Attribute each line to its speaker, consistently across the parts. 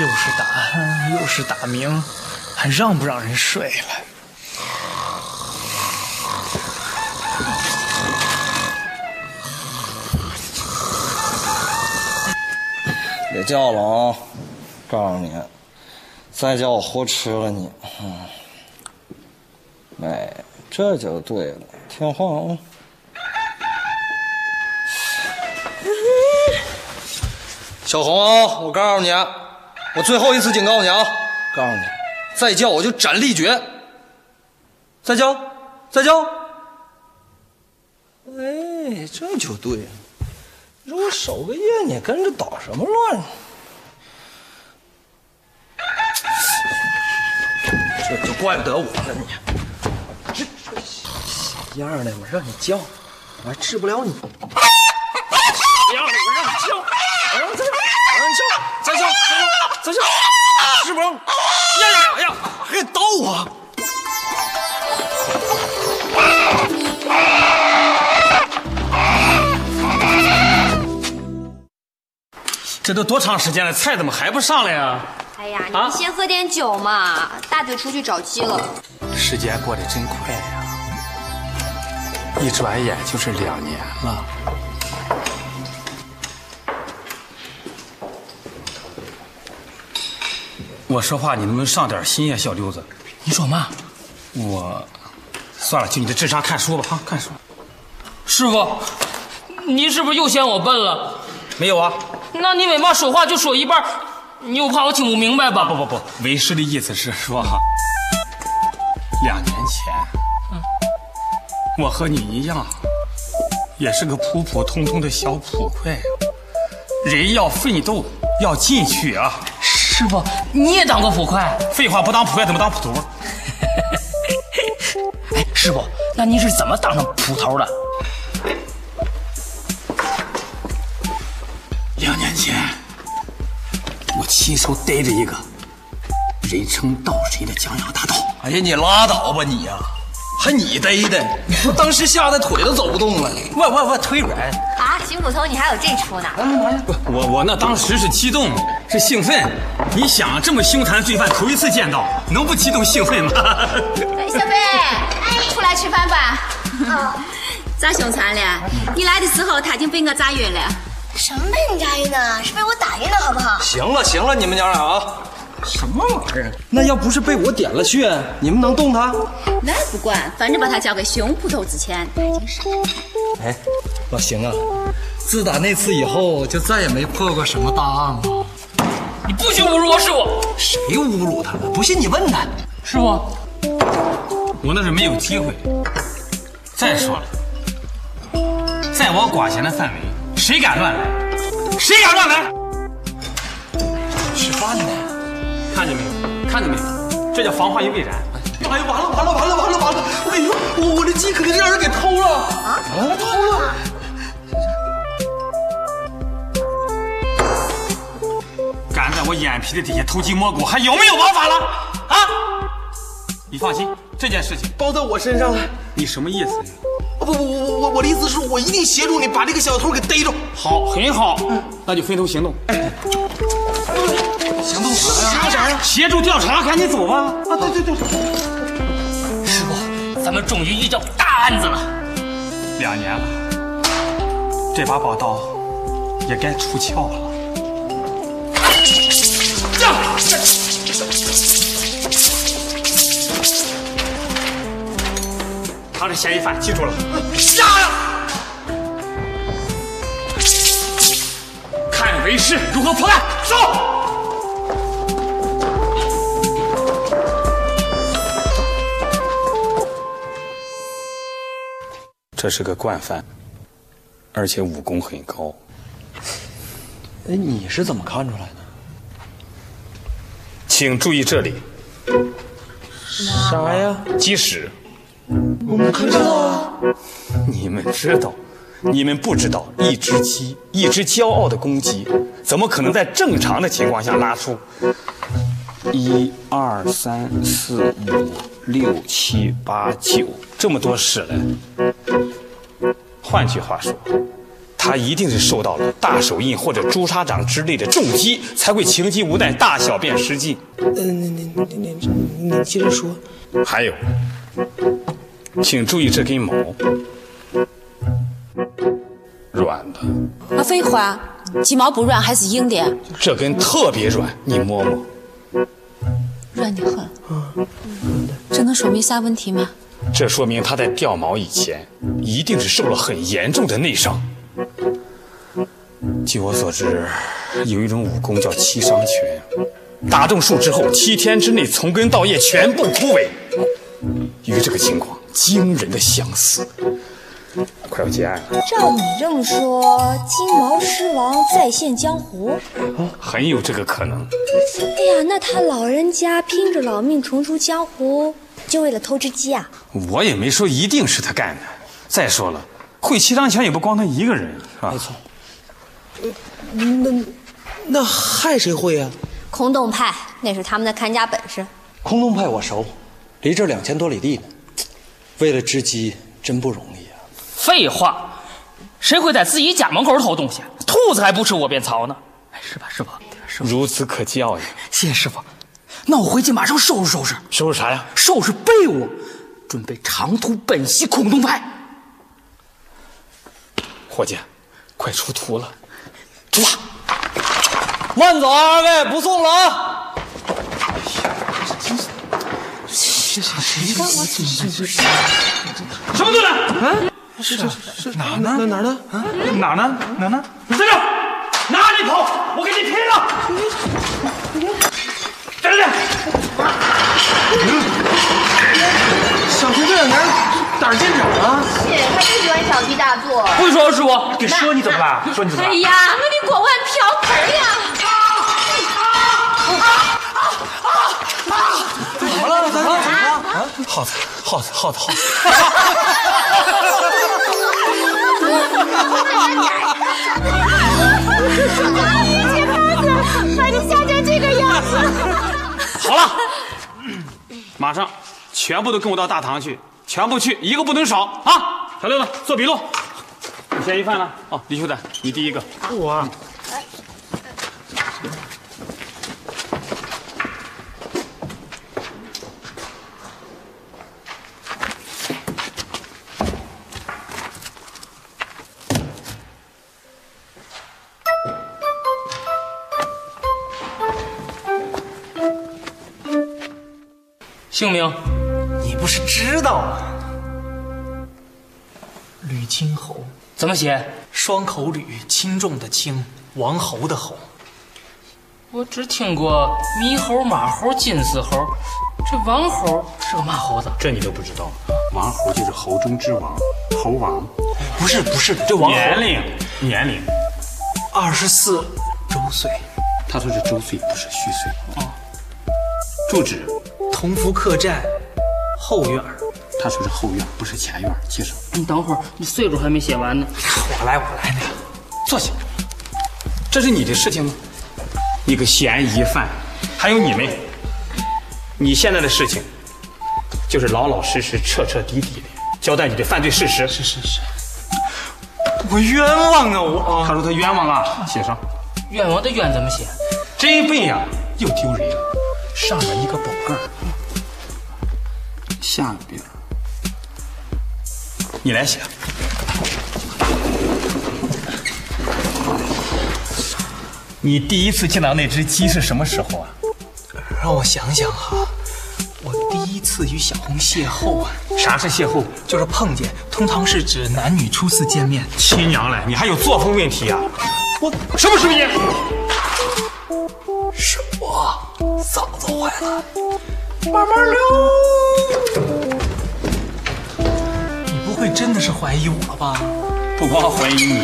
Speaker 1: 又是打鼾，又是打鸣，还让不让人睡了？
Speaker 2: 别叫了啊！告诉你，再叫我活吃了你！嗯哎，这就对了，听话啊！小红啊，我告诉你，我最后一次警告你啊！告诉你，再叫我就斩立决！再叫，再叫！哎，这就对了。你说我守个夜，你跟着捣什么乱？这就怪不得我了，你这这样儿的，我让你叫，我还治不了你。
Speaker 1: 哎让你让你叫，哎让你叫，让你叫，再叫，再叫，再叫，师伯，呀呀哎呀，还啊敢打我！这都多长时间了，菜怎么还不上来呀、
Speaker 3: 哎呀，你
Speaker 1: 啊
Speaker 3: 们先喝点酒嘛，大腿出去找鸡了。
Speaker 4: 时间过得真快呀、一转眼就是两年了。
Speaker 5: 我说话你能不能上点心呀，小六子？
Speaker 1: 你说嘛？
Speaker 5: 我，算了，就你的智商看书吧，哈，看书。
Speaker 6: 师傅，您是不是又嫌我笨了？
Speaker 5: 没有啊？
Speaker 6: 那你为嘛说话就说一半儿，你又怕我听不明白吧？
Speaker 5: 不不不，为师的意思是说哈，两年前，我和你一样，也是个普普通通的小捕快，人要奋斗，要进取啊！
Speaker 6: 师傅，你也当过捕快？
Speaker 5: 废话，不当捕快怎么当啊捕头？
Speaker 4: 哎，师傅，那您是怎么当上捕头的？两年前，我亲手逮着一个人称“盗贼”的江洋大盗。
Speaker 2: 哎呀，你拉倒吧你呀、还你逮 的，我当时吓得腿都走不动了。
Speaker 4: 我我我腿软，
Speaker 3: 啊，邢捕头，你还有这出呢？
Speaker 5: 我我那当时是激动，是兴奋。你想，这么凶残的罪犯头一次见到，能不激动兴奋吗？
Speaker 3: 哎小贝，出来吃饭吧。
Speaker 7: 哦
Speaker 8: 咋凶残了？你来的时候他已经被我炸晕了。
Speaker 9: 什么被你扎晕呢？是被我打晕了，好不好？
Speaker 2: 行了行了，你们娘俩啊，什么玩意儿？那要不是被我点了穴，你们能动他？
Speaker 8: 那不管，反正把他交给熊捕头之前，
Speaker 2: 哎，老邢啊，自打那次以后，就再也没破过什么大案了。
Speaker 6: 你不许侮辱我师傅！
Speaker 2: 谁侮辱他了？不信你问他。
Speaker 6: 师傅，
Speaker 5: 我那是没有机会。再说了，在我管辖的范围，谁敢乱来？谁敢乱来？
Speaker 2: 吃饭呢。
Speaker 5: 看见没有？看见没有？这叫防患于未然。
Speaker 2: 哎呀，完了完了完了完了完了！哎呦，我我这鸡可给让人给偷了啊！偷了！
Speaker 5: 敢在我眼皮子底下偷鸡摸狗，还有没有王法了？啊！你放心，这件事情
Speaker 2: 包到我身上了。
Speaker 5: 你什么意思呀？
Speaker 10: 哦
Speaker 2: 不不不不，我我的意思是我一定协助你把这个小偷给逮住。
Speaker 5: 好，很好，那就分头行动，
Speaker 2: 行动啥呀？
Speaker 5: 协助调查，赶紧走吧。
Speaker 2: 啊，对对对，
Speaker 6: 师傅，咱们终于遇到大案子了。
Speaker 5: 两年了，这把宝刀也该出鞘了。他是嫌疑犯，记住了。下呀！看为师如何破案。走。这是个惯犯，而且武功很高。
Speaker 2: 哎，你是怎么看出来的？
Speaker 5: 请注意这里，
Speaker 2: 啥呀？
Speaker 5: 鸡屎。
Speaker 2: 啊
Speaker 5: 我们知道。你们知道，你们不知道，一只鸡，一只骄傲的公鸡，怎么可能在正常的情况下拉出？一二三四五六七八九，这么多屎来。换句话说，他一定是受到了大手印或者朱砂掌之类的重击，才会情急无奈大小便失禁。
Speaker 11: 嗯，你你你你你接着说。
Speaker 5: 还有，请注意这根毛，软的，
Speaker 3: 啊，废话，鸡毛不软还是硬的，
Speaker 5: 这根特别软，你摸摸。
Speaker 3: 软的很。
Speaker 7: 嗯
Speaker 3: 这能说明啥问题吗？
Speaker 5: 这说明他在掉毛以前，一定是受了很严重的内伤。据我所知，有一种武功叫七伤拳，打中树之后，七天之内从根到叶全部枯萎，与这个情况惊人的相似。快要结案了，
Speaker 12: 照你这么说，金毛狮王再现江湖？
Speaker 5: 很有这个可能。
Speaker 12: 哎呀，那他老人家拼着老命重出江湖，就为了偷只鸡啊？
Speaker 5: 我也没说一定是他干的。再说了，会七伤拳也不光他一个人，啊是吧？没错。
Speaker 11: 那那害谁会呀、
Speaker 7: 空洞派那是他们的看家本事。
Speaker 2: 空洞派我熟，离这儿两千多里地呢。为了只鸡，真不容易啊！
Speaker 6: 废话，谁会在自己家门口偷东西？啊兔子还不吃窝边草呢。哎，是吧，师傅？
Speaker 5: 孺子可教也。
Speaker 6: 谢谢师傅。那我回去马上收拾收拾，
Speaker 5: 收拾啥呀？
Speaker 6: 收拾被窝，准备长途奔袭空洞派。
Speaker 5: 伙计，快出图了！
Speaker 13: 慢走啊，二位，不送了啊！
Speaker 5: 什么盾？
Speaker 11: 是是是哪呢？哪哪呢？啊，
Speaker 5: 哪呢？哪呢？在这儿，拿你跑，我跟你拼了！站着！
Speaker 11: 小学这两年胆儿见长啊！
Speaker 7: 是，他就喜欢小题大做。
Speaker 6: 不许说，师傅，
Speaker 5: 给说你怎么办？说你怎么
Speaker 3: 哎
Speaker 5: 办？
Speaker 3: 呀，我的锅碗瓢盆儿呀！
Speaker 7: 啊
Speaker 11: 怎么了？咱俩怎么了？啊，
Speaker 5: 耗子，耗子，耗子，耗子！
Speaker 12: 阿姨，这孩子把你吓成这个样子，
Speaker 5: 好了，马上全部都跟我到大堂去，全部去，一个不能少啊！小六子做笔录，你嫌疑犯了哦，李秀丹，你第一个。
Speaker 11: 我
Speaker 6: 姓名
Speaker 1: 你不是知道吗？吕青侯，
Speaker 6: 怎么写？
Speaker 1: 双口吕，轻重的轻，王侯的侯。
Speaker 6: 我只听过猕猴、马猴、金丝猴，这王猴是个嘛猴子？
Speaker 5: 这你都不知道，王侯就是侯中之王，侯王。
Speaker 1: 不是不是，这王侯
Speaker 5: 年龄，哦年龄，
Speaker 1: 二十四周岁，
Speaker 5: 他说是周岁，不是虚岁。住址，
Speaker 1: 同福客栈后院儿。
Speaker 5: 他说是后院，不是前院。介绍。
Speaker 6: 你等会儿，你岁数还没写完呢。
Speaker 1: 我来我来，
Speaker 5: 坐下。这是你的事情吗？一个嫌疑犯，还有你们，你现在的事情，就是老老实实、彻彻底底的交代你的犯罪事实。是是是。
Speaker 1: 我冤枉啊我啊！
Speaker 5: 他说他冤枉啊，写上。
Speaker 6: 愿王的愿怎么写？
Speaker 5: 真笨呀，啊又丢人了。上面一个宝盖儿，下边儿，你来写。你第一次见到那只鸡是什么时候啊？
Speaker 1: 让我想想哈、我第一次与小红邂逅啊，
Speaker 5: 啥是邂逅？
Speaker 1: 就是碰见，通常是指男女初次见面。
Speaker 5: 亲娘嘞，你还有作风问题啊？我什么时候你？
Speaker 1: 是我嫂子坏了，慢慢溜。你不会真的是怀疑我吧？
Speaker 5: 不光怀疑你，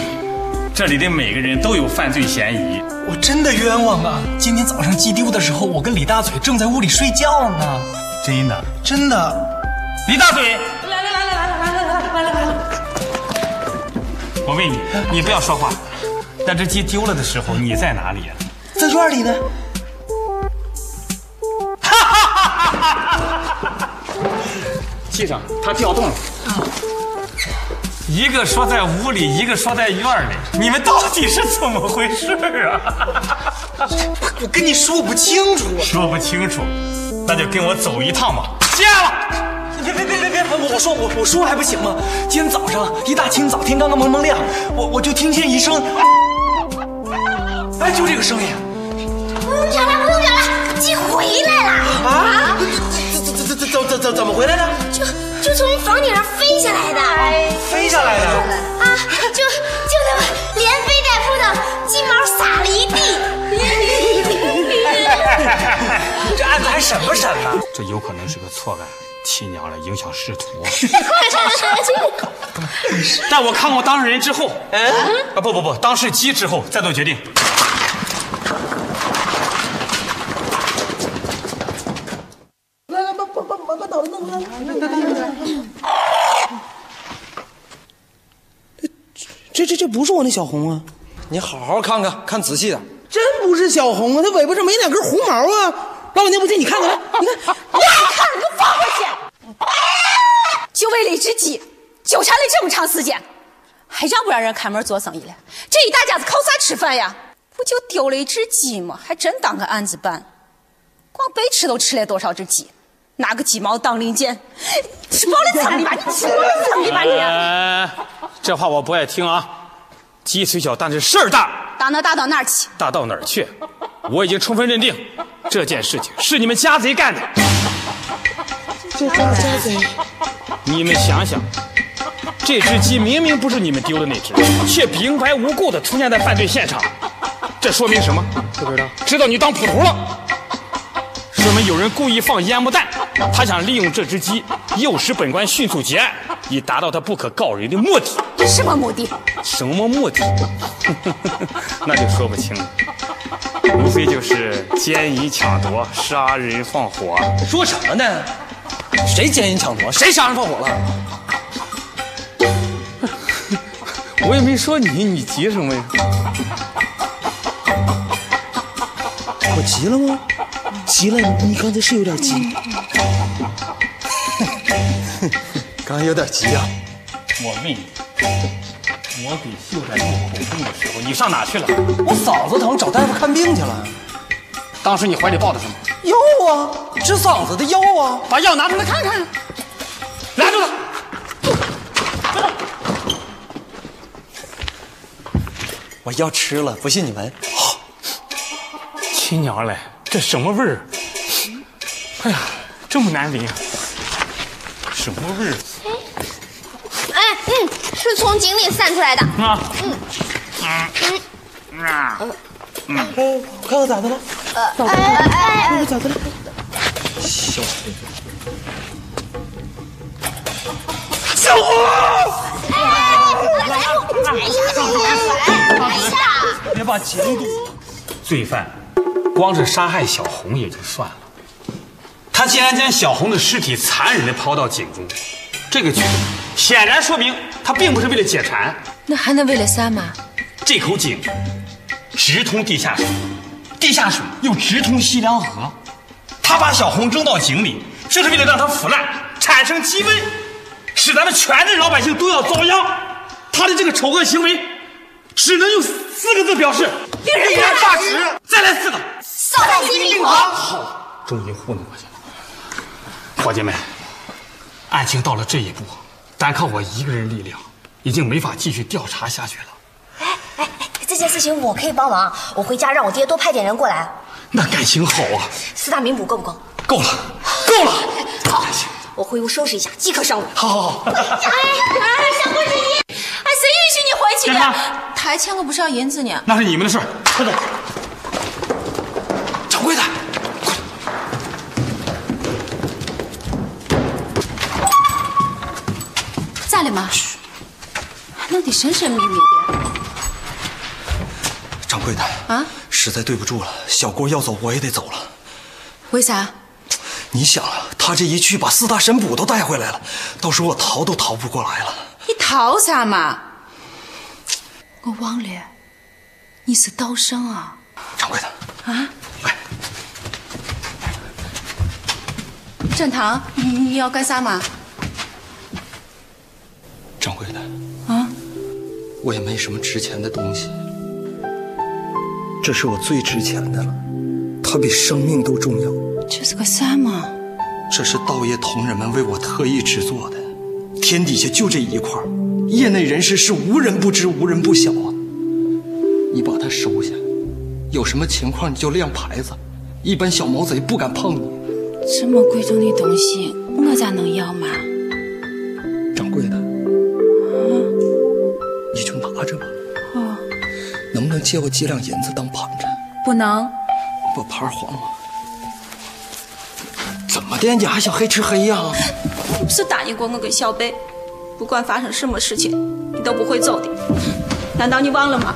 Speaker 5: 这里的每个人都有犯罪嫌疑。
Speaker 1: 我真的冤枉啊！今天早上鸡丢的时候，我跟李大嘴正在屋里睡觉呢，
Speaker 5: 真的，
Speaker 1: 真的。
Speaker 5: 李大嘴，我问你，你不要说话。那只鸡丢了的时候，你在哪里呀、啊
Speaker 1: 在院 里呢。
Speaker 5: 系上，它跳动了。一个说在屋里，一个说在院里，你们到底是怎么回事啊？
Speaker 1: 我跟你说不清楚啊，
Speaker 5: 说不清楚，那就跟我走一趟吧。下了。
Speaker 1: 别别别别别！我我说我我说还不行吗？今天早上一大清早，天刚刚蒙蒙亮，我我就听见一声，哎，就这个声音。
Speaker 9: 不用找了，不用找了，鸡回来了！
Speaker 1: 啊，怎怎怎怎怎怎怎怎么回来的？
Speaker 9: 就就从房顶上飞下来的，
Speaker 1: 飞下来的
Speaker 9: 啊！就就那么连飞带扑的，鸡毛撒了一地。
Speaker 1: 这案子还审不审呢？
Speaker 5: 这有可能是个错案，替娘了影响仕途。但我看过当事人之后，
Speaker 1: 嗯
Speaker 5: 啊不不不，当事鸡之后再做决定。
Speaker 10: 来来，把把把把把脑袋弄来。这这这不是我那小红啊，
Speaker 2: 你好好看看，看仔细点。
Speaker 10: 真不是小红啊，它尾巴上没两根红毛啊！老板娘不信，你看看来，你看，
Speaker 3: 我看了，你给我放回去！啊就为了一只鸡，纠缠了这么长时间，还让不让人开门做生意了？这一大家子靠啥吃饭呀？不就丢了一只鸡吗？还真当个案子办？光白吃都吃了多少只鸡？拿个鸡毛当令箭，吃饱了撑的吧？你吃饱了撑的吧你？啊
Speaker 5: 呃，这话我不爱听啊。鸡虽小，但是事儿大。
Speaker 3: 打那大到哪儿去？
Speaker 5: 大到哪儿去？我已经充分认定，这件事情是你们家贼干的。
Speaker 10: 这家家贼，
Speaker 5: 你们想想，这只鸡明明不是你们丢的那只，却平白无故的出现在犯罪现场，这说明什么？不知道，知道你当捕头了。说明有人故意放烟幕弹，他想利用这只鸡诱使本官迅速结案，以达到他不可告人的目的。
Speaker 3: 什么目的？
Speaker 5: 什么目的？ 那就说不清了。无非就是奸淫抢夺、杀人放火。
Speaker 2: 说什么呢？谁奸淫抢夺？谁杀人放火了？
Speaker 5: 我也没说你，你急什么呀？
Speaker 10: 我急了吗？急了，你刚才是有点急。
Speaker 2: 刚才有点急啊。
Speaker 5: 我问你，我给秀才录口供的时候，你上哪去了？
Speaker 2: 我嗓子疼，找大夫看病去了。
Speaker 5: 当时你怀里抱的什么？
Speaker 10: 药啊，治嗓子的药啊，
Speaker 5: 把药拿出来看看。拦住他！
Speaker 2: 我药吃了，不信你闻。
Speaker 5: 亲娘嘞，这什么味儿？哎呀，这么难闻啊！什么味儿
Speaker 14: 哎，嗯，是从井里散出来的。
Speaker 5: 啊？
Speaker 14: 嗯
Speaker 5: 啊，
Speaker 10: 嗯，
Speaker 15: 哦
Speaker 10: 哎，我看看咋的了？咋的了？看看咋的了？
Speaker 5: 小红，
Speaker 1: 小红，
Speaker 5: 别把钱堵。罪犯光是杀害小红也就算了，他竟然将小红的尸体残忍地抛到井中，这个举动显然说明他并不是为了解馋。
Speaker 16: 那还能为了啥嘛？
Speaker 5: 这口井直通地下水，地下水又直通西凉河。他把小红扔到井里，就是为了让它腐烂，产生积温，使咱们全镇老百姓都要遭殃。他的这个丑恶行为，只能用四个字表示：
Speaker 1: 令人发指。
Speaker 5: 再来四个，
Speaker 1: 扫荡心病狂。
Speaker 5: 好，终于糊弄过去了。伙计们，案情到了这一步，啊单靠我一个人力量，已经没法继续调查下去了。
Speaker 12: 这件事情我可以帮忙，我回家让我爹多派点人过来。
Speaker 5: 那感情好啊，
Speaker 12: 四大名捕够不够？
Speaker 5: 够了。
Speaker 12: 够了。好，我回屋收拾一下，即刻上路。
Speaker 5: 好好好。
Speaker 12: 哎哎，小公主
Speaker 16: 哎，谁
Speaker 12: 你，
Speaker 16: 允许你回去
Speaker 5: 干
Speaker 16: 的？他还欠我不少银子呢。
Speaker 5: 那是你们的事儿，快走。
Speaker 1: 掌柜的，
Speaker 16: 咋了嘛？
Speaker 3: 哎
Speaker 16: 弄得神神秘秘的。
Speaker 2: 掌柜的
Speaker 16: 啊，
Speaker 2: 实在对不住了，小郭要走，我也得走了。
Speaker 16: 为啥？
Speaker 2: 你想啊，他这一去把四大神捕都带回来了，到时候我逃都逃不过来了。
Speaker 16: 你逃啥嘛？我忘了，你是刀生啊。
Speaker 2: 掌柜的，
Speaker 16: 啊！展堂，你你要干啥嘛？
Speaker 2: 掌柜的，我也没什么值钱的东西，这是我最值钱的了，它比生命都重要。
Speaker 17: 这是个啥嘛？
Speaker 2: 这是道业同仁们为我特意制作的，天底下就这一块儿业内人士是无人不知、无人不晓啊。你把它收下，有什么情况你就亮牌子，一般小毛贼不敢碰你。
Speaker 17: 这么贵重的东西，我咋能要嘛？
Speaker 2: 掌柜的，你就拿着吧，
Speaker 17: 哦，
Speaker 2: 能不能借我几两银子当盘缠？
Speaker 17: 不能。
Speaker 2: 把盘还我。怎么的？你还想黑吃黑呀、
Speaker 3: 你不是答应过我跟小贝，不管发生什么事情，你都不会走的。难道你忘了吗？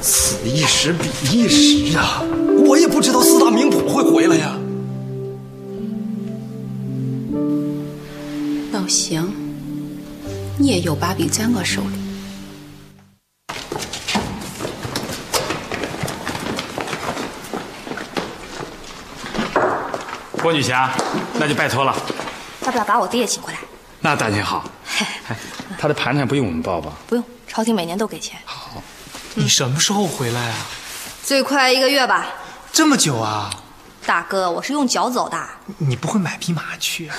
Speaker 2: 此一时彼一时呀、我也不知道四大名捕会回来呀。
Speaker 17: 倒行，你也有把柄在我手里。
Speaker 5: 郭女侠，那就拜托了。
Speaker 12: 要不要把我爹也请过来？
Speaker 5: 那当然好。哎他的盘缠不用我们报吧？
Speaker 12: 不用，朝廷每年都给钱，
Speaker 1: 你什么时候回来啊？
Speaker 12: 最快一个月吧。
Speaker 1: 这么久啊？
Speaker 12: 大哥，我是用脚走的。
Speaker 1: 你不会买匹马去啊？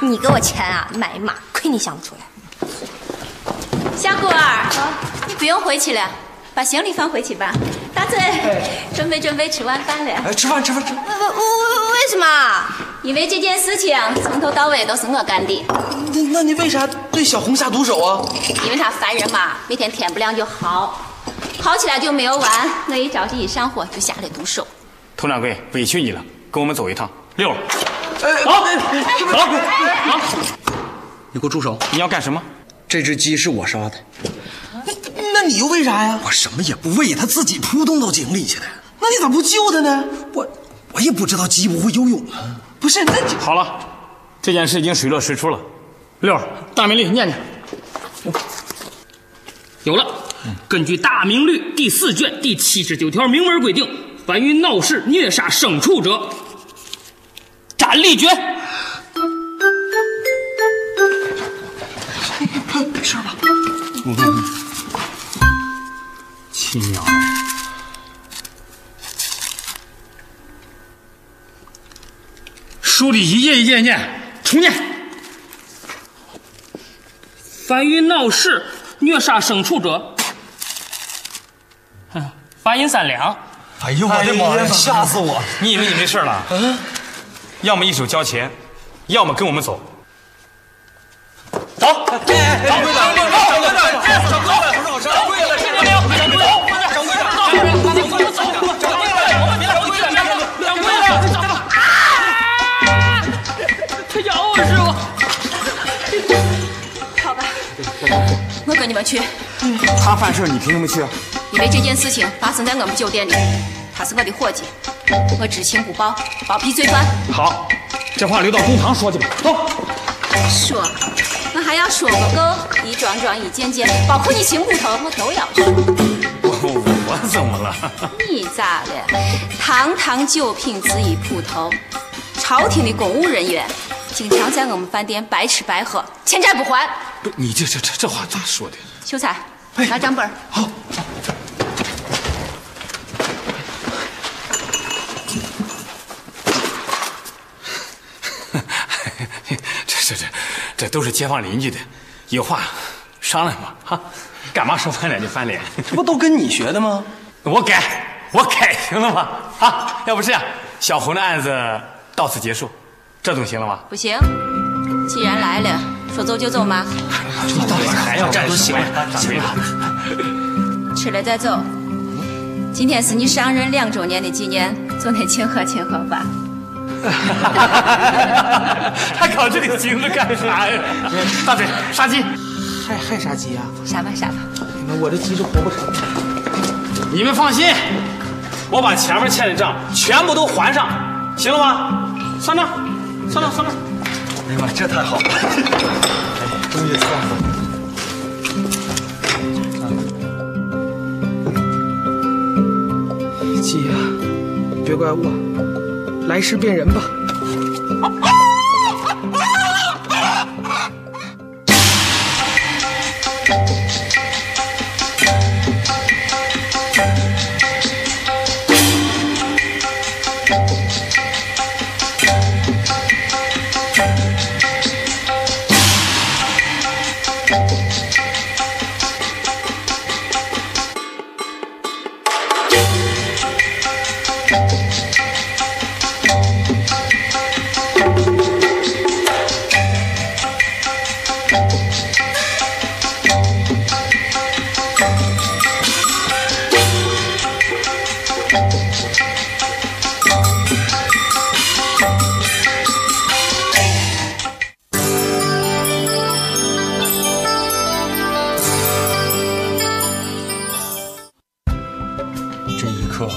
Speaker 12: 哼，你给我钱啊，买马，亏你想不出来。
Speaker 3: 小果
Speaker 12: 啊
Speaker 3: 儿，你不用回去了，把行李放回去吧。大嘴，
Speaker 12: 哎
Speaker 3: 准备准备吃晚饭了。
Speaker 2: 哎，吃饭吃饭吃饭。
Speaker 3: 为为为为什么？
Speaker 12: 啊
Speaker 3: 因为这件事情从头到尾都是我干的，
Speaker 10: 那那你为啥对小红下毒手啊？
Speaker 3: 因为他烦人嘛，每天天不亮就嚎，嚎起来就没有完。我一着急一上火就下了毒手。
Speaker 5: 佟掌柜，委屈你了，跟我们走一趟。六，
Speaker 2: 哎
Speaker 10: 好，
Speaker 5: 好，
Speaker 15: 你给我住手！
Speaker 5: 你要干什么？
Speaker 15: 这只鸡是我杀的，
Speaker 10: 那你又为啥呀？
Speaker 15: 我什么也不喂，它自己扑动到井里去的。
Speaker 10: 那你咋不救他呢？我
Speaker 15: 我也不知道鸡不会游泳啊。
Speaker 10: 不是，那你
Speaker 5: 好了，这件事已经水落石出了。六，大明律念念。
Speaker 6: 有了，根据《大明律》第四卷第七十九条明文规定，凡于闹事、虐杀牲畜者，斩立决。
Speaker 10: 没事吧？
Speaker 5: 我问你，七秒。
Speaker 6: 书里一页一页念，重念。凡于闹事、虐杀牲畜者，哼罚银三两。
Speaker 5: 哎呦
Speaker 6: 我的妈呀吓死
Speaker 5: 我！你以为你没事了？嗯，要么一手交钱，要么跟我们走。走，掌柜的，掌柜的，掌柜的，掌柜的，掌柜的，掌柜的，掌柜的，掌柜的，掌柜的，掌柜的，掌柜的，掌柜的，
Speaker 18: 他咬我师傅！
Speaker 3: 好吧，我跟你们去，
Speaker 5: 他犯事你凭什么
Speaker 2: 啊
Speaker 5: 去？
Speaker 3: 因为这件事情发生在我们酒店里，他是我的伙计，我知情不报，包庇罪犯。
Speaker 5: 好，这话留到公堂说去吧。走，
Speaker 3: 说，我还要说个够，一桩桩一件件，包括你情骨头，我都要说。
Speaker 5: 我我怎么了？
Speaker 3: 你咋了？堂堂九品紫衣捕头，朝廷的公务人员，经常在我们饭店白吃白喝，欠债不还。
Speaker 5: 不，你这这这这话咋说的？
Speaker 3: 秀才，拿账本。好。
Speaker 5: 这 这这这都是街坊邻居的，有话商量吧哈。干嘛说翻脸就翻脸？
Speaker 15: 这不都跟你学的吗？
Speaker 5: 我改，我改行了吗？啊，要不这样，小红的案子到此结束，这总行了吧？
Speaker 3: 不行，既然来了，说走就走吗？
Speaker 5: 你到底还要干什么呀？行了，
Speaker 3: 吃了再走。今天是你上任两周年的纪念，总得庆贺庆贺吧。
Speaker 5: 还搞这个行了干啥呀？大嘴，杀鸡！
Speaker 10: 还还杀鸡啊？
Speaker 3: 杀吧杀吧。
Speaker 10: 那我这鸡是活不成。
Speaker 5: 你们放心，我把前面欠的账全部都还上，行了吗？算账，算账，算账。
Speaker 2: 哎呀妈，这太好了！终于算了。
Speaker 10: 鸡呀、别怪我，来世变人吧。
Speaker 19: 这一刻，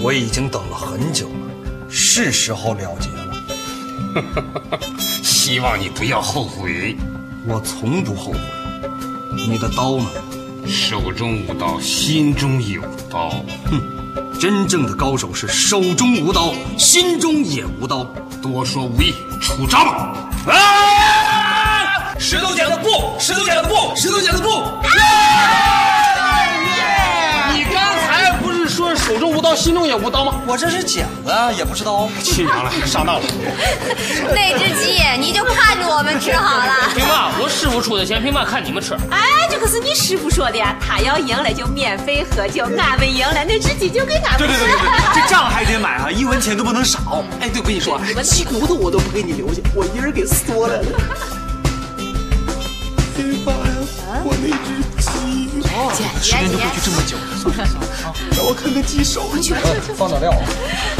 Speaker 19: 我已经等了很久了，是时候了结了。
Speaker 5: 希望你不要后悔。
Speaker 19: 我从不后悔。你的刀呢？
Speaker 5: 手中无刀，心中有刀。
Speaker 19: 哼，真正的高手是手中无刀，心中也无刀。
Speaker 5: 多说无益，出招吧！
Speaker 20: 啊！石头剪子布，石头剪子布，石头剪子布。
Speaker 21: 你刚才不是说手中无刀，心中也无刀吗？
Speaker 19: 我这是剪子，也不是刀。
Speaker 5: 去娘了，上当了！
Speaker 22: 那只鸡，你就看着我们吃好了。
Speaker 6: 凭嘛我师傅出的钱，凭嘛看你们吃？
Speaker 12: 哎，这可是你师傅说的呀，他要赢了就免费喝酒，俺们赢了那只鸡就给俺们吃。
Speaker 21: 对对对对对，这账还得买啊，一文钱都不能少。哎，对，我跟你说，鸡骨头我都不给你留下，我一人给缩 来了。哎呀妈呀，我那只鸡！
Speaker 19: 时间就过去这么久，
Speaker 21: 让我看看鸡手。
Speaker 19: 放点料啊。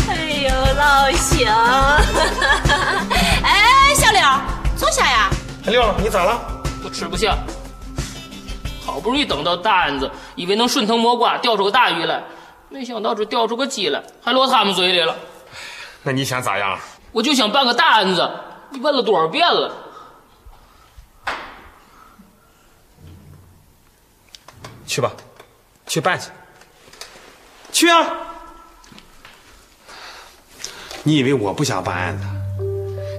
Speaker 12: 哎呦，老邢！ 哎，小柳，坐下呀。
Speaker 21: 六儿，你咋了？
Speaker 6: 我吃不下，好不容易等到大案子，以为能顺藤摸瓜钓出个大鱼来，没想到只钓出个鸡来，还落他们嘴里了。
Speaker 5: 那你想咋样？
Speaker 6: 我就想办个大案子，问了多少遍了。
Speaker 5: 去吧，去办去。去啊！你以为我不想办案子？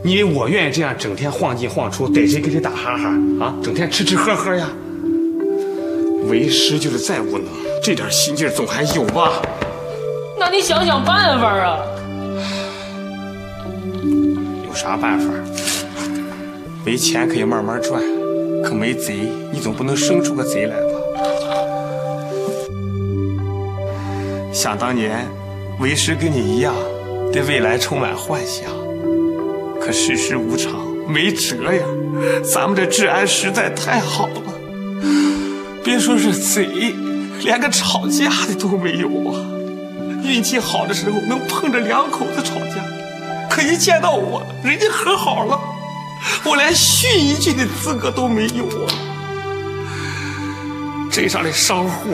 Speaker 5: 你以为我愿意这样整天晃进晃出，逮谁跟谁打哈哈啊？整天吃吃喝喝呀？为师就是再无能，这点心劲儿总还有吧？
Speaker 6: 那你想想办法啊！
Speaker 5: 有啥办法？没钱可以慢慢赚，可没贼，你总不能生出个贼来吧？想当年，为师跟你一样，对未来充满幻想，可世事无常，没辙呀。咱们这治安实在太好了，别说是贼，连个吵架的都没有啊。运气好的时候能碰着两口子吵架，可一见到我，人家和好了，我连训一句的资格都没有啊。镇上的商户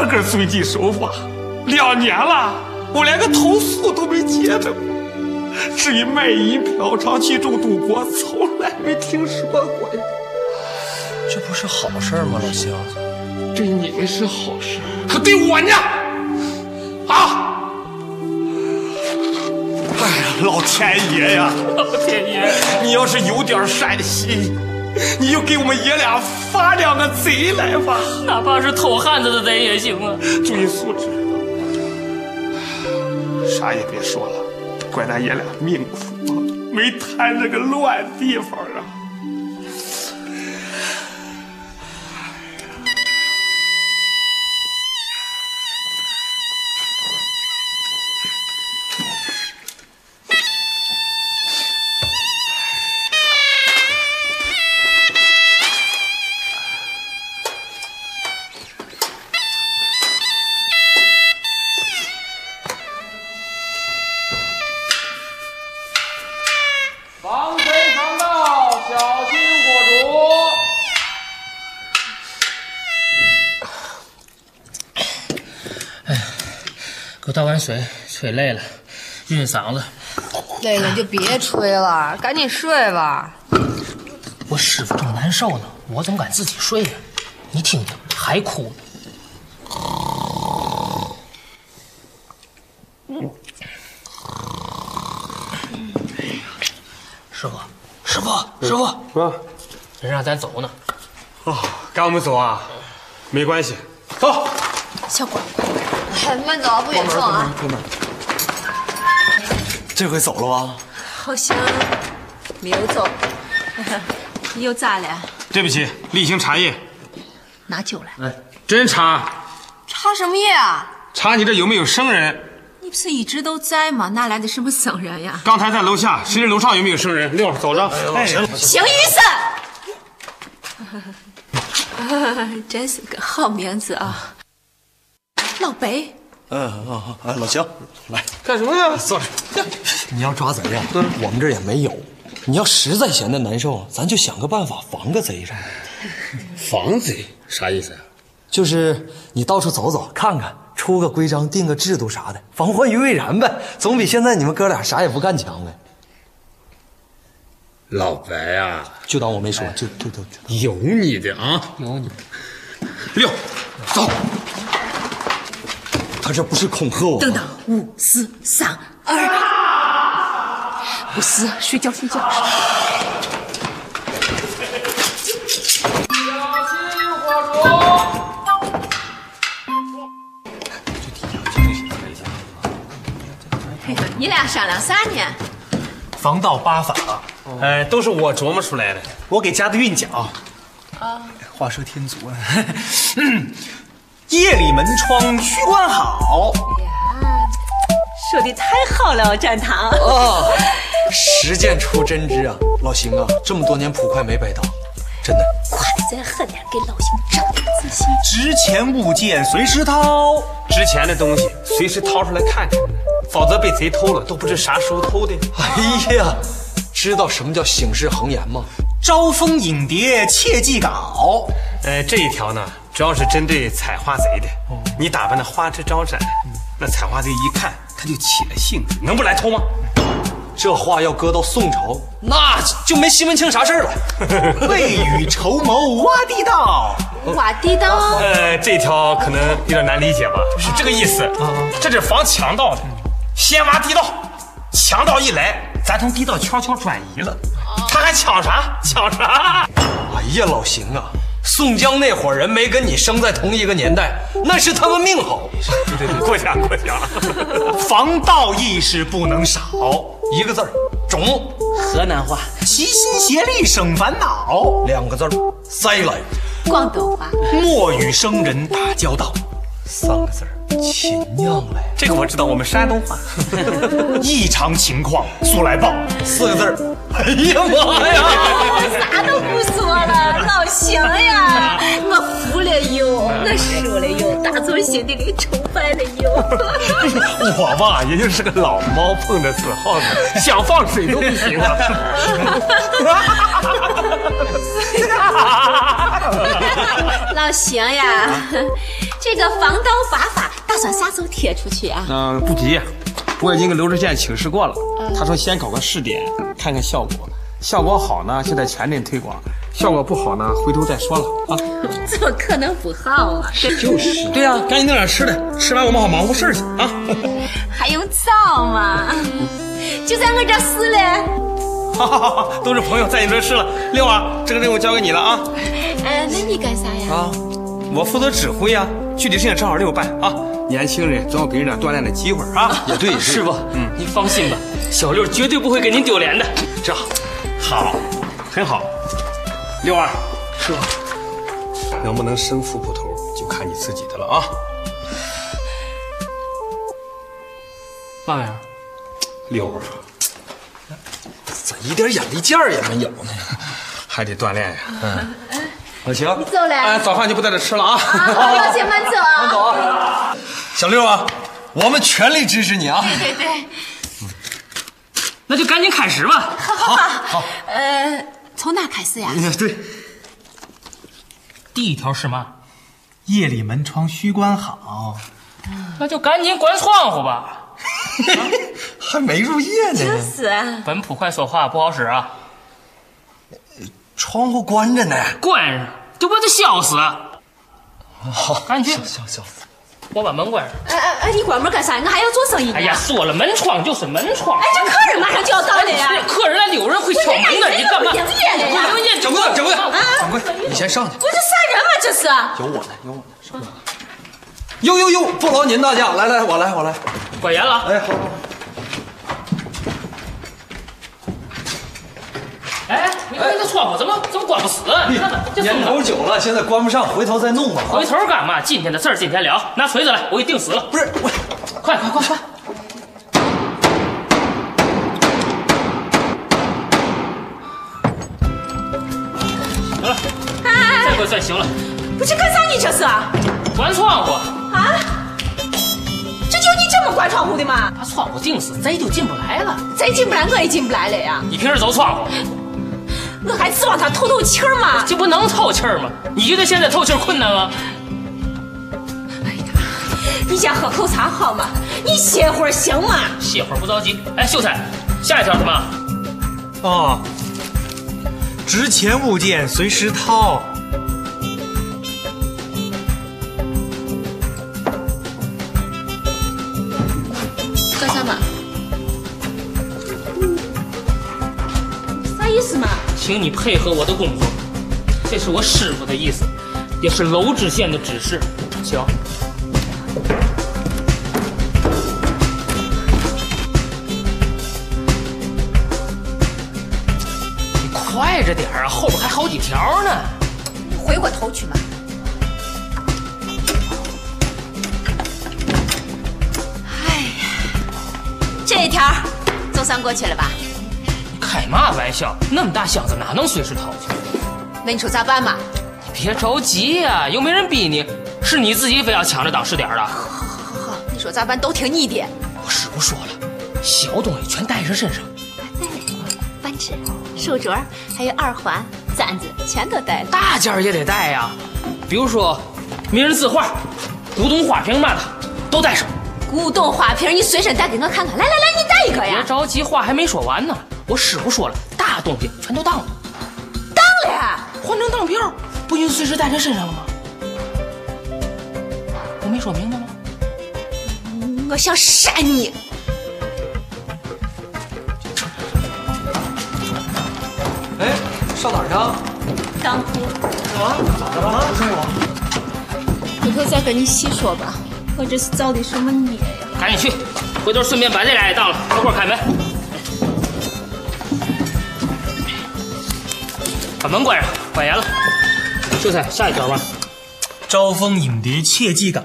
Speaker 5: 个个遵纪守法，两年了，我连个投诉都没接着过。至于卖淫、嫖娼、聚众赌博，从来没听说过呀。
Speaker 19: 这不是好事儿吗，老邢？
Speaker 5: 对你们是好事，可对我呢？啊！哎呀，老天爷呀！
Speaker 6: 老天爷，
Speaker 5: 你要是有点善心，你就给我们爷俩发两个贼来吧。
Speaker 6: 哪怕是偷汉子的贼也行啊！
Speaker 5: 注意素质，啥也别说了，怪咱爷俩命苦啊，没摊这个乱地方啊。
Speaker 21: 防贼防盗，小心火烛。
Speaker 6: 给我倒碗水，吹累了，润嗓子。
Speaker 23: 累了就别吹了，赶紧睡吧。
Speaker 6: 我师傅正难受呢，我怎么敢自己睡呀、你听听，还哭呢。师傅，师傅，师傅，
Speaker 5: 啊，
Speaker 6: 人让咱走呢。
Speaker 5: 哦，赶我们走啊？没关系，走。
Speaker 23: 小鬼，
Speaker 3: 哎
Speaker 23: 慢走，不远送啊。
Speaker 2: 哥们儿，这回走了吧？
Speaker 12: 好像没有走，又咋了？
Speaker 5: 对不起，例行查验。
Speaker 12: 拿酒来，
Speaker 5: 哎，真查，
Speaker 23: 插什么夜啊？
Speaker 5: 查你这有没有生人。
Speaker 23: 你
Speaker 3: 你不是一直都在吗？哪来的什么生人呀？
Speaker 5: 刚才在楼下，谁知楼上有没有生人？六，走着。哎，
Speaker 3: 行医生，真是个好名字啊！老白，
Speaker 2: 嗯啊啊，老邢，来，
Speaker 5: 干什么呀？坐着。
Speaker 2: 你要抓贼呀、
Speaker 5: 嗯
Speaker 2: 我们这儿也没有。你要实在闲得难受，啊咱就想个办法防个贼啥的。
Speaker 5: 防贼啥意思啊呀、
Speaker 2: 就是你到处走走看看，出个规章，定个制度啥的，防患于未然呗，总比现在你们哥俩啥也不干强呗。
Speaker 5: 老白啊，
Speaker 2: 就当我没说，哎就就就就
Speaker 5: 有你的啊，有你。六，走。
Speaker 2: 他这不是恐吓我
Speaker 12: 等
Speaker 2: 吗？
Speaker 12: 等，五四三二，不是睡觉睡觉。
Speaker 9: 嘿你俩商量啥呢？
Speaker 21: 防盗八法，
Speaker 1: 啊哦
Speaker 21: 哎，都是我琢磨出来的。我给家的运讲，
Speaker 9: 啊，
Speaker 21: 话说天 足啊，嗯夜里门窗须关好。
Speaker 12: 说的太好了，展堂。
Speaker 2: 哦，实践出真知啊，老邢啊，这么多年捕快没白当，真的。
Speaker 12: 夸的咱狠点，给老邢长点自信。
Speaker 21: 值钱物件随时掏，
Speaker 5: 值钱的东西随时掏出来看看，否则被贼偷了都不知啥时候偷的。
Speaker 2: 哎呀，知道什么叫醒世恒言吗？
Speaker 21: 招蜂引蝶切记搞。
Speaker 5: 呃，这一条呢，主要是针对采花贼的。
Speaker 21: 哦
Speaker 5: 你打扮的花枝招展，那采花贼一看他就起了兴致，能不来偷吗？
Speaker 2: 这话要搁到宋朝，那就没西门庆啥事儿 了。
Speaker 21: 未雨绸缪，挖地道。
Speaker 12: 我地道，
Speaker 5: 呃，这条可能有点难理解吧，是这个意思。
Speaker 12: 哦
Speaker 5: 这是防强盗的，先挖地道，强盗一来，咱从地道悄悄转移了，
Speaker 12: 哦
Speaker 5: 他还抢啥？抢啥？
Speaker 2: 哎呀，老邢啊，宋江那伙人没跟你生在同一个年代，那是他们命好。
Speaker 5: 对对对，过奖过 奖。
Speaker 21: 防盗意识不能少，
Speaker 2: 一个字儿，种。
Speaker 21: 河南话，齐心协力省烦恼，
Speaker 2: 两个字儿，塞来。
Speaker 12: 广东话。
Speaker 21: 莫与生人打交道，
Speaker 2: 三个字儿，勤酿来。
Speaker 5: 这个我知道，我们山东话。
Speaker 21: 异常情况速来报，
Speaker 2: 四个字儿，哎呀妈
Speaker 12: 哦
Speaker 2: 呀！
Speaker 12: 啥都不说了，老邢呀，我服了哟，我输了哟，打从心底里崇拜了哟。
Speaker 5: 我吧，也就是个老猫碰着死耗子，想放水都不 行啊。
Speaker 9: 老邢呀， 这个防盗八法打算啥时候贴出去啊？
Speaker 5: 嗯，不急，我已经跟罗知县请示过了，他说先搞个试点，看看效果，效果好呢就在全镇推广，效果不好呢回头再说了啊。
Speaker 9: 怎么 可能不好啊？
Speaker 5: 就是，对呀、赶紧弄点吃的，吃完我们好忙活事儿去啊。
Speaker 9: 还用早吗？就在我这死了。
Speaker 5: 好好好好，都是朋友，在你这试了。六啊，这个任务交给你了啊。
Speaker 9: 哎，那你干啥呀？
Speaker 5: 啊，我负责指挥呀、啊具体事情正好六办啊。年轻人总要给人点锻炼的机会啊。
Speaker 2: 也对，
Speaker 6: 师傅，嗯，您放心吧，小六绝对不会给您丢脸的。
Speaker 5: 这好，很好。六二，师傅，能不能身负捕头就看你自己的了啊。
Speaker 6: 嘛玩意儿？
Speaker 5: 六儿，
Speaker 2: 咋一点眼力见儿也没有呢？
Speaker 5: 还得锻炼呀。嗯，
Speaker 2: 老邢，
Speaker 9: 你走
Speaker 5: 哎，
Speaker 9: 了。
Speaker 5: 早饭就不在这吃了啊。
Speaker 9: 老姐慢走啊！慢走啊！
Speaker 2: 小六啊，我们全力支持你啊！
Speaker 9: 对对对，
Speaker 6: 那就赶紧开始吧。
Speaker 9: 好，好。呃，从哪开始呀？
Speaker 2: 对，
Speaker 6: 第一条是嘛？
Speaker 21: 夜里门窗须关好。
Speaker 6: 那就赶紧关窗户吧。
Speaker 2: 还没入夜呢，
Speaker 9: 是。
Speaker 6: 本捕快说话不好使啊，
Speaker 2: 窗户关着呢。
Speaker 6: 关上，就把他笑死。
Speaker 2: 好，
Speaker 6: 赶紧去，
Speaker 2: 笑笑。
Speaker 6: 我把门关上。
Speaker 9: 哎哎哎，你关门干啥？我还要做生意呢。
Speaker 6: 哎呀，说了，门窗就是门窗。哎
Speaker 9: 哎，这客人马上就要到了
Speaker 12: 啊
Speaker 9: 呀！
Speaker 6: 客人来溜人会敲门的，你干嘛？
Speaker 9: 我这
Speaker 2: 掌柜，掌柜，
Speaker 9: 啊
Speaker 2: 掌柜，你先上去。
Speaker 9: 不是杀人吗？这是。
Speaker 2: 有我呢，有我呢，上来。呦呦呦，不劳您大驾，来来，我来，我来。
Speaker 6: 管严了。
Speaker 2: 哎，好。
Speaker 6: 哎，你看这窗户怎么怎么关不死？啊你看看这
Speaker 2: 年头久了，现在关不上，回头再弄吧。
Speaker 6: 回头干嘛？今天的事儿今天了，拿锤子来，我给定死了。
Speaker 2: 不是我，
Speaker 6: 快快快快！回算行了。
Speaker 3: 不是干啥你这是？
Speaker 6: 关窗户，
Speaker 3: 啊？这就你这么关窗户的吗？
Speaker 6: 把窗户钉死，贼就进不来了。
Speaker 3: 贼进不来，我也进不来了呀！
Speaker 6: 你平时走窗户，
Speaker 3: 我还指望他透透气儿嘛。
Speaker 6: 这不能透气儿吗？你觉得现在透气儿困难吗？
Speaker 3: 你先喝口茶好吗？你歇会儿行吗？
Speaker 6: 歇会儿不着急。哎，秀才，下一条什么？
Speaker 5: 啊
Speaker 1: 哦，值钱物件随时掏。
Speaker 3: 干啥嘛？啥意思嘛？
Speaker 6: 请你配合我的工作，这是我师傅的意思，也是娄知县的指示。请。你快着点儿啊，后边还好几条呢。
Speaker 24: 回过头去嘛。
Speaker 12: 这一条儿总算过去了吧？
Speaker 6: 你开嘛玩笑？那么大箱子哪能随时掏去？
Speaker 12: 那你说咋办嘛？
Speaker 6: 你别着急呀、又没人逼你，是你自己非要抢着当试点儿的。
Speaker 12: 好，你说咋办都听你的。
Speaker 6: 我师傅说了，小东西全带上身上。
Speaker 12: 扳指、手镯儿，还有耳环、簪子，全都带了。
Speaker 6: 大件儿也得带呀，比如说名人字画、古董花瓶嘛的，都带上。
Speaker 12: 古董花瓶儿你随身带给我看看，来来来，你带一个
Speaker 6: 别
Speaker 12: 呀。
Speaker 6: 着急，话还没说完呢。我师傅说了，大东西全都当了，
Speaker 12: 当了，
Speaker 6: 换成当票，不允许随时带在身上了吗？我没说明白吗？
Speaker 12: 我想扇你。
Speaker 1: 哎，上哪儿去啊？
Speaker 12: 当铺，
Speaker 1: 怎么了？不是我。
Speaker 12: 回头再跟你细说吧。我这是造的什么孽呀？
Speaker 6: 赶紧去，回头顺便把这俩也当了，一会儿开门。把门关上，管严了。秀才，下一条吧。
Speaker 1: 招蜂引蝶切记稿。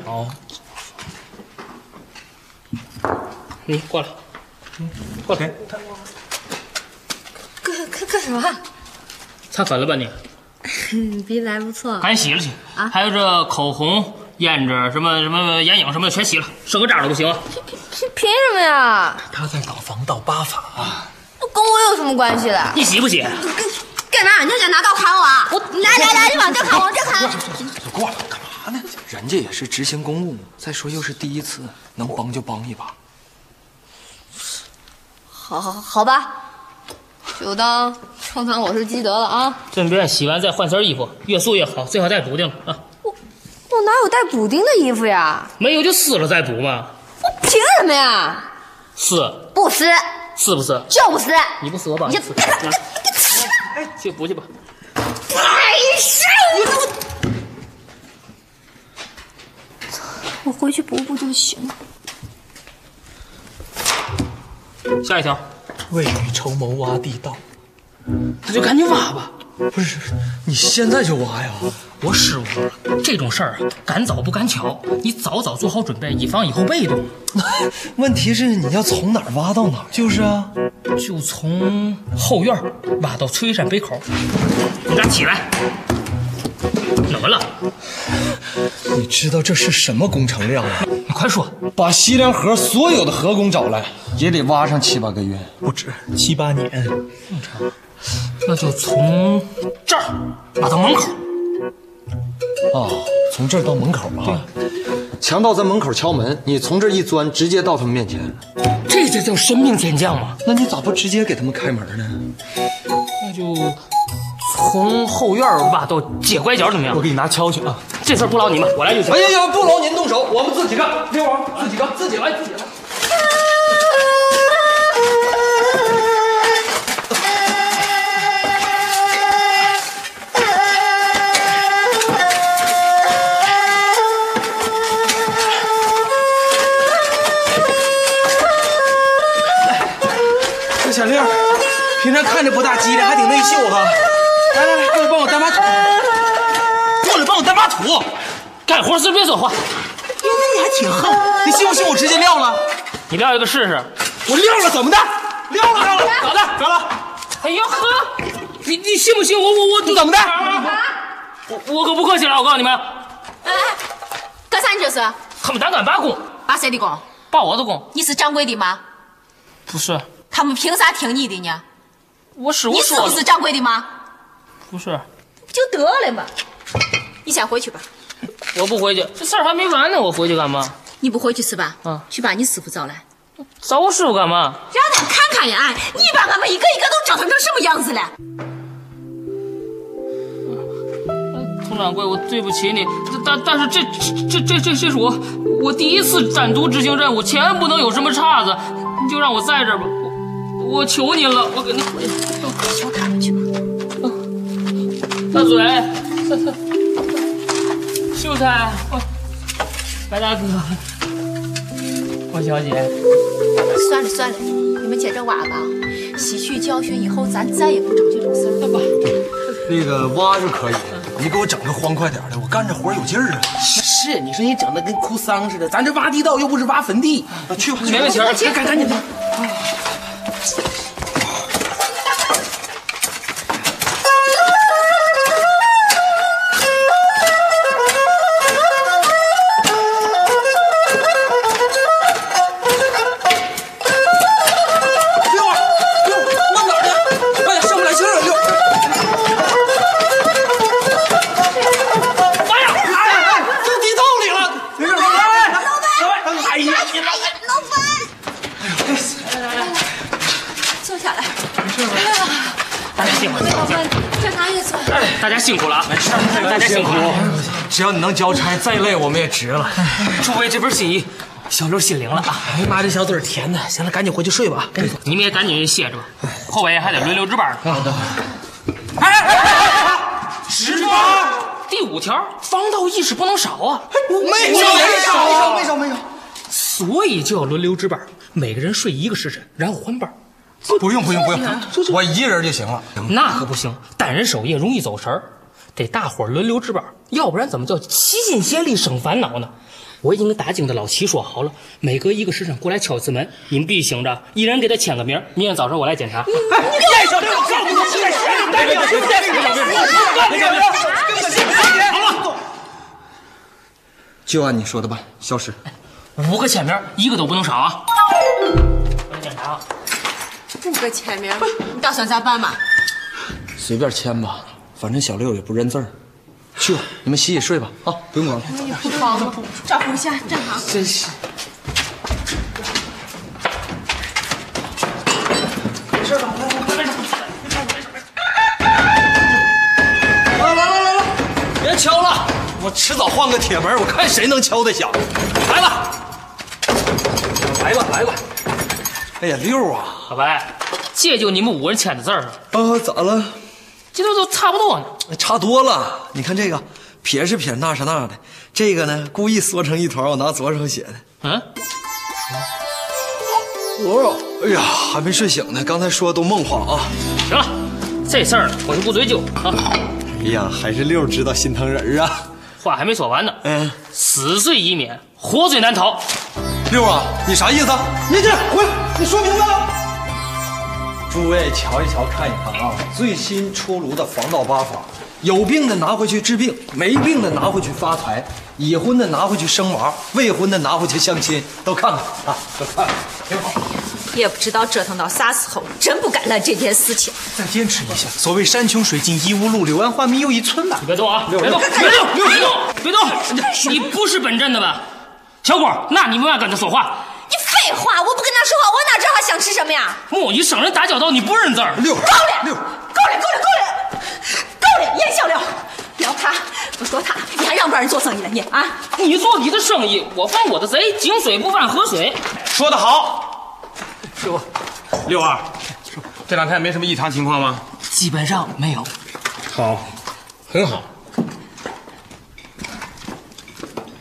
Speaker 6: 你嗯过来，过来。
Speaker 25: 干干干什么？
Speaker 6: 擦粉了吧你？
Speaker 25: 鼻子还嗯不错。
Speaker 6: 赶紧洗了去。
Speaker 25: 啊
Speaker 6: 还有这口红、胭脂什么什么眼影什么的全洗了，剩个渣都不行啊。
Speaker 26: 凭什么呀？
Speaker 1: 他在搞防盗八法啊！
Speaker 26: 那跟我有什么关系了？
Speaker 6: 你洗啊不洗？
Speaker 25: 干嘛？你就想拿刀砍我啊？我来来来，你往这砍，往这砍。
Speaker 2: 人家也是执行公务，再说又是第一次，能帮就帮一把。
Speaker 25: 好好好吧，就当创伤我是积德了啊！
Speaker 6: 顺便洗完再换身衣服，越素越好，最好带补丁啊。
Speaker 26: 我哪有带补丁的衣服呀？
Speaker 6: 没有就撕了再补嘛。
Speaker 26: 凭什么呀？
Speaker 6: 撕
Speaker 25: 不撕，
Speaker 6: 撕不撕？
Speaker 25: 就不撕。
Speaker 6: 你不撕我吧？
Speaker 25: 你
Speaker 6: 撕啊哎，去补去吧。
Speaker 25: 哎呀，
Speaker 27: 我回去补补就行了。
Speaker 6: 下一条，
Speaker 1: 未雨绸缪，挖地道。
Speaker 6: 那就赶紧挖吧。
Speaker 1: 不是，你现在就挖呀？
Speaker 6: 我师傅说了，这种事儿啊，赶早不赶巧，你早早做好准备，以防以后被动。
Speaker 2: 问题是你要从哪儿挖到哪儿？就是啊，
Speaker 6: 就从后院儿挖到崔山北口。你俩起来，怎么了？
Speaker 2: 你知道这是什么工程量吗？
Speaker 6: 你快说，
Speaker 2: 把西凉河所有的河工找来，也得挖上七八个月，啊
Speaker 1: 不止七八年。
Speaker 6: 那就从这儿挖到门口。
Speaker 2: 啊，从这儿到门口啊。强盗在门口敲门，你从这儿一钻，直接到他们面前。
Speaker 6: 这这叫神兵天将吗？
Speaker 2: 那你咋不直接给他们开门呢？
Speaker 6: 那就从后院儿挖到街拐角，怎么样？我给你拿锹去啊！这事儿不劳你们，我来就行。
Speaker 2: 哎呀呀，不劳您动手，我们自己干。六王，自己干，自己来，自己来。
Speaker 28: 这小六，平常看着不大机灵，还挺内秀哈。来来来，过来帮我单把土，过来帮我单把土。
Speaker 6: 干活时别说话，
Speaker 28: 哟，那你还挺横，你信不信我直接撂了？
Speaker 6: 你撂一个试试。
Speaker 28: 我撂了怎么的？撂了，撂了，
Speaker 6: 咋的？
Speaker 28: 咋了？
Speaker 6: 哎呦呵，你你信不信我我我
Speaker 28: 你怎么的？
Speaker 6: 我我可不客气了，我告诉你们，
Speaker 12: 哎干啥你这是？
Speaker 6: 他们胆敢罢工，
Speaker 12: 扒谁的工？
Speaker 6: 罢我的工，
Speaker 12: 你是掌柜的吗？
Speaker 6: 不是，
Speaker 12: 他们凭啥听你的呢？
Speaker 6: 我是
Speaker 12: 你
Speaker 6: 我
Speaker 12: 是不
Speaker 6: 说
Speaker 12: 是
Speaker 6: 的，
Speaker 12: 掌柜的吗？
Speaker 6: 不是，
Speaker 12: 不就得了吗？你先回去吧，
Speaker 6: 我不回去，这事儿还没完呢，我回去干嘛？
Speaker 12: 你不回去是吧？
Speaker 6: 嗯，
Speaker 12: 去把你师傅找来，
Speaker 6: 找我师傅干嘛？
Speaker 12: 让他看看呀！哎，你把俺们一个一个都折腾成什么样子了？
Speaker 6: 佟掌柜，我对不起你，但但是这这这这这是我我第一次单独执行任务，千万不能有什么岔子，你就让我在这儿吧，我我求您了，我给您回去，求他们去吧。大嘴， 秀才，我白大哥，王小姐，
Speaker 12: 算了算了，你们接着挖吧，吸取教训以后，咱再也不整这种事儿了吧。
Speaker 2: 那个挖是可以，你给我整个欢快点儿的，我干这活儿有劲儿啊！
Speaker 10: 是，哎你说你整的跟哭丧似的，咱这挖地道又不是挖坟地，啊去吧，
Speaker 2: 没问题
Speaker 10: 赶赶赶紧的。
Speaker 20: 六儿，六儿，慢点儿的，
Speaker 10: 哎
Speaker 20: 快点上不来气儿了，六儿。哎呀，哎哎，这地道里了，没事，老板，哎呀，你老板，
Speaker 12: 老板，坐下来。没事吧？
Speaker 6: 大家辛苦了，
Speaker 12: 这俺也坐。
Speaker 6: 大家辛苦了啊，大家辛苦了。
Speaker 2: 只要你能交差，再累我们也值了。
Speaker 6: 诸位这份心意，
Speaker 10: 小刘心灵了啊！哎呀妈，这小嘴儿甜的，行了，赶紧回去睡吧，赶紧。
Speaker 6: 你们也赶紧歇着吧，后边还得轮流值班呢。
Speaker 20: 十八，
Speaker 6: 第五条，防盗意识不能少啊！
Speaker 20: 没少没少没少没少没少，
Speaker 6: 所以就要轮流值班，每个人睡一个时辰，然后换班。
Speaker 2: 不用不用不用，我一人就行了。
Speaker 6: 那可不行，单人守夜容易走神儿，得大伙儿轮流值班，要不然怎么叫齐心协力省烦恼呢？我已经跟打井的老齐说好了，每隔一个时辰过来敲一次门，你们必须醒着，一人给他签个名，明天早上我来检查。
Speaker 20: 带上，上不去，带上，带上，带上，好了，
Speaker 2: 就按你说的办，消失。
Speaker 6: 五个签名，一个都不能少啊！
Speaker 12: 五个签名，你打算咋办嘛？
Speaker 2: 随便签吧，反正小六也不认字儿。去吧，你们洗洗睡吧，啊，不用管了。
Speaker 12: 哎好，照顾一下站好。
Speaker 2: 真是。
Speaker 10: 没事吧？
Speaker 2: 来来来来来，别敲了，我迟早换个铁门，我看谁能敲得响。来了，来吧来吧。哎呀，六啊，
Speaker 6: 老白，这就你们五个人签的字儿啊，
Speaker 2: 啊，咋了？
Speaker 6: 这都都差不多呢。
Speaker 2: 差多了，你看这个撇是撇，捺是捺的，这个呢故意缩成一团，我拿左手写的。
Speaker 6: 嗯，
Speaker 2: 哦，哎呀，还没睡醒呢，刚才说的都梦话啊。
Speaker 6: 行了，这事儿我就不追究啊。
Speaker 2: 哎呀，还是六知道心疼人儿啊。
Speaker 6: 话还没说完呢，
Speaker 2: 哎
Speaker 6: 嗯，死罪已免，活罪难逃。
Speaker 2: 六啊，你啥意思？你这回你说明白了。诸位瞧一瞧，看一看啊，最新出炉的防盗八法，有病的拿回去治病，没病的拿回去发财，已婚的拿回去生娃，未婚的拿回去相亲，都看看啊，都看看，挺好。
Speaker 12: 也不知道折腾到啥时候，真不该揽这件事情。
Speaker 10: 再坚持一下。所谓山穷水尽一屋露，柳暗花明又一村呐。
Speaker 6: 别动啊！别
Speaker 10: 别
Speaker 6: 动，
Speaker 10: 动，
Speaker 6: 别动，别动，别动！你不是本镇的吧，小伙儿？那你们爱跟他说话？
Speaker 12: 你废话，我不跟他说话，我哪知道他想吃什么呀？
Speaker 6: 木鱼生人打交道，你不认字儿？
Speaker 2: 六
Speaker 9: 哎
Speaker 6: 六，
Speaker 12: 够了，够了，够了，够了！严小六，聊他，不说他，你还让不让人做生意了你啊？
Speaker 6: 你做你的生意，我犯我的贼，井水不犯河水。
Speaker 5: 说得好，师傅，六儿，这两天没什么异常情况吗？
Speaker 29: 基本上没有。
Speaker 5: 好，很好，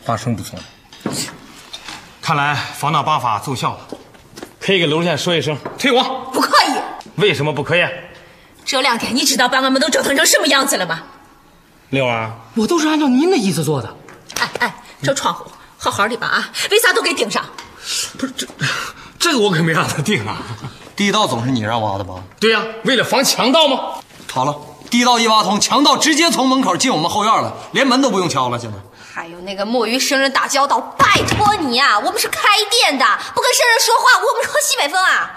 Speaker 5: 发声不错。看来防盗八法奏效了，可以给楼县说一声退网。
Speaker 12: 不可以！
Speaker 5: 为什么不可以？
Speaker 12: 这两天你知道把俺们都折腾成什么样子了吗？
Speaker 5: 六儿，
Speaker 6: 我都是按照您的意思做的。
Speaker 12: 哎
Speaker 9: 嗯
Speaker 12: 哎，这窗户好好的吧啊，为啥都给顶上？
Speaker 5: 这个我可没让他定啊。
Speaker 2: 地道总是你让挖的吧？
Speaker 5: 对呀、为了防强盗吗？
Speaker 2: 好了，低到一挖通，强盗直接从门口进我们后院了，连门都不用敲了。现在
Speaker 9: 还有那个墨鱼生人打交道，拜托你啊，我们是开店的，不跟生人说话，我们喝西北风啊！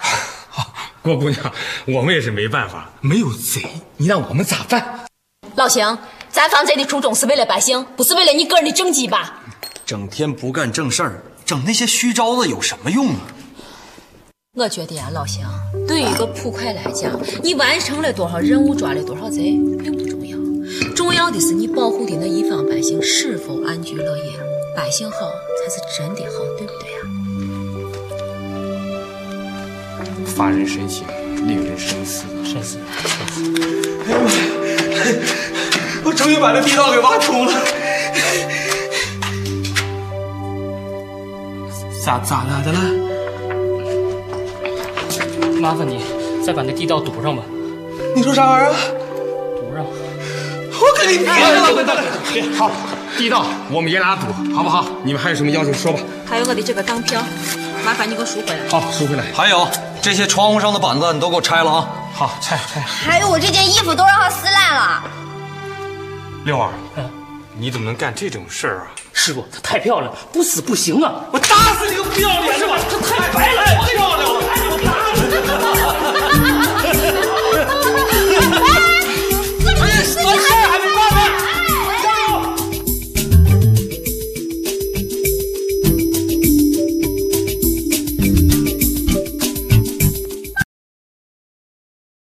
Speaker 5: 郭姑娘，我们也是没办法，没有贼，你让我们咋办？
Speaker 12: 老邢，咱防贼的初衷是为了百姓，不是为了你个人的政绩吧？
Speaker 2: 整天不干正事儿，整那些虚招子有什么用啊？
Speaker 12: 我觉得呀，啊老邢，对于一个捕快来讲，你完成了多少任务，抓了多少贼，并不重要，重要的是你保护的那一方百姓是否安居乐业，百姓好才是真的好，对不对啊呀？
Speaker 5: 发人深省，令人深思。
Speaker 6: 深思。
Speaker 30: 我终于把这地道给挖通了。
Speaker 5: 咋咋了的了？
Speaker 6: 麻烦你再把那地道堵上吧。
Speaker 30: 你说啥玩意儿啊？
Speaker 6: 堵上。
Speaker 30: 我跟你别了，
Speaker 5: 好，地道我们爷俩堵，好不好？你们还有什么要求说吧。
Speaker 12: 还有我的这个钢票，麻烦你给我赎回来。
Speaker 5: 好，收回来。
Speaker 2: 还有这些窗户上的板子，你都给我拆了啊！
Speaker 5: 好，拆拆。
Speaker 9: 还有我这件衣服都让他撕烂了。
Speaker 5: 六儿，你怎么能干这种事儿啊？
Speaker 6: 师傅，她太漂亮，不死不行啊！
Speaker 30: 我打死你个不要脸的！
Speaker 6: 她太白了，
Speaker 30: 太漂亮了。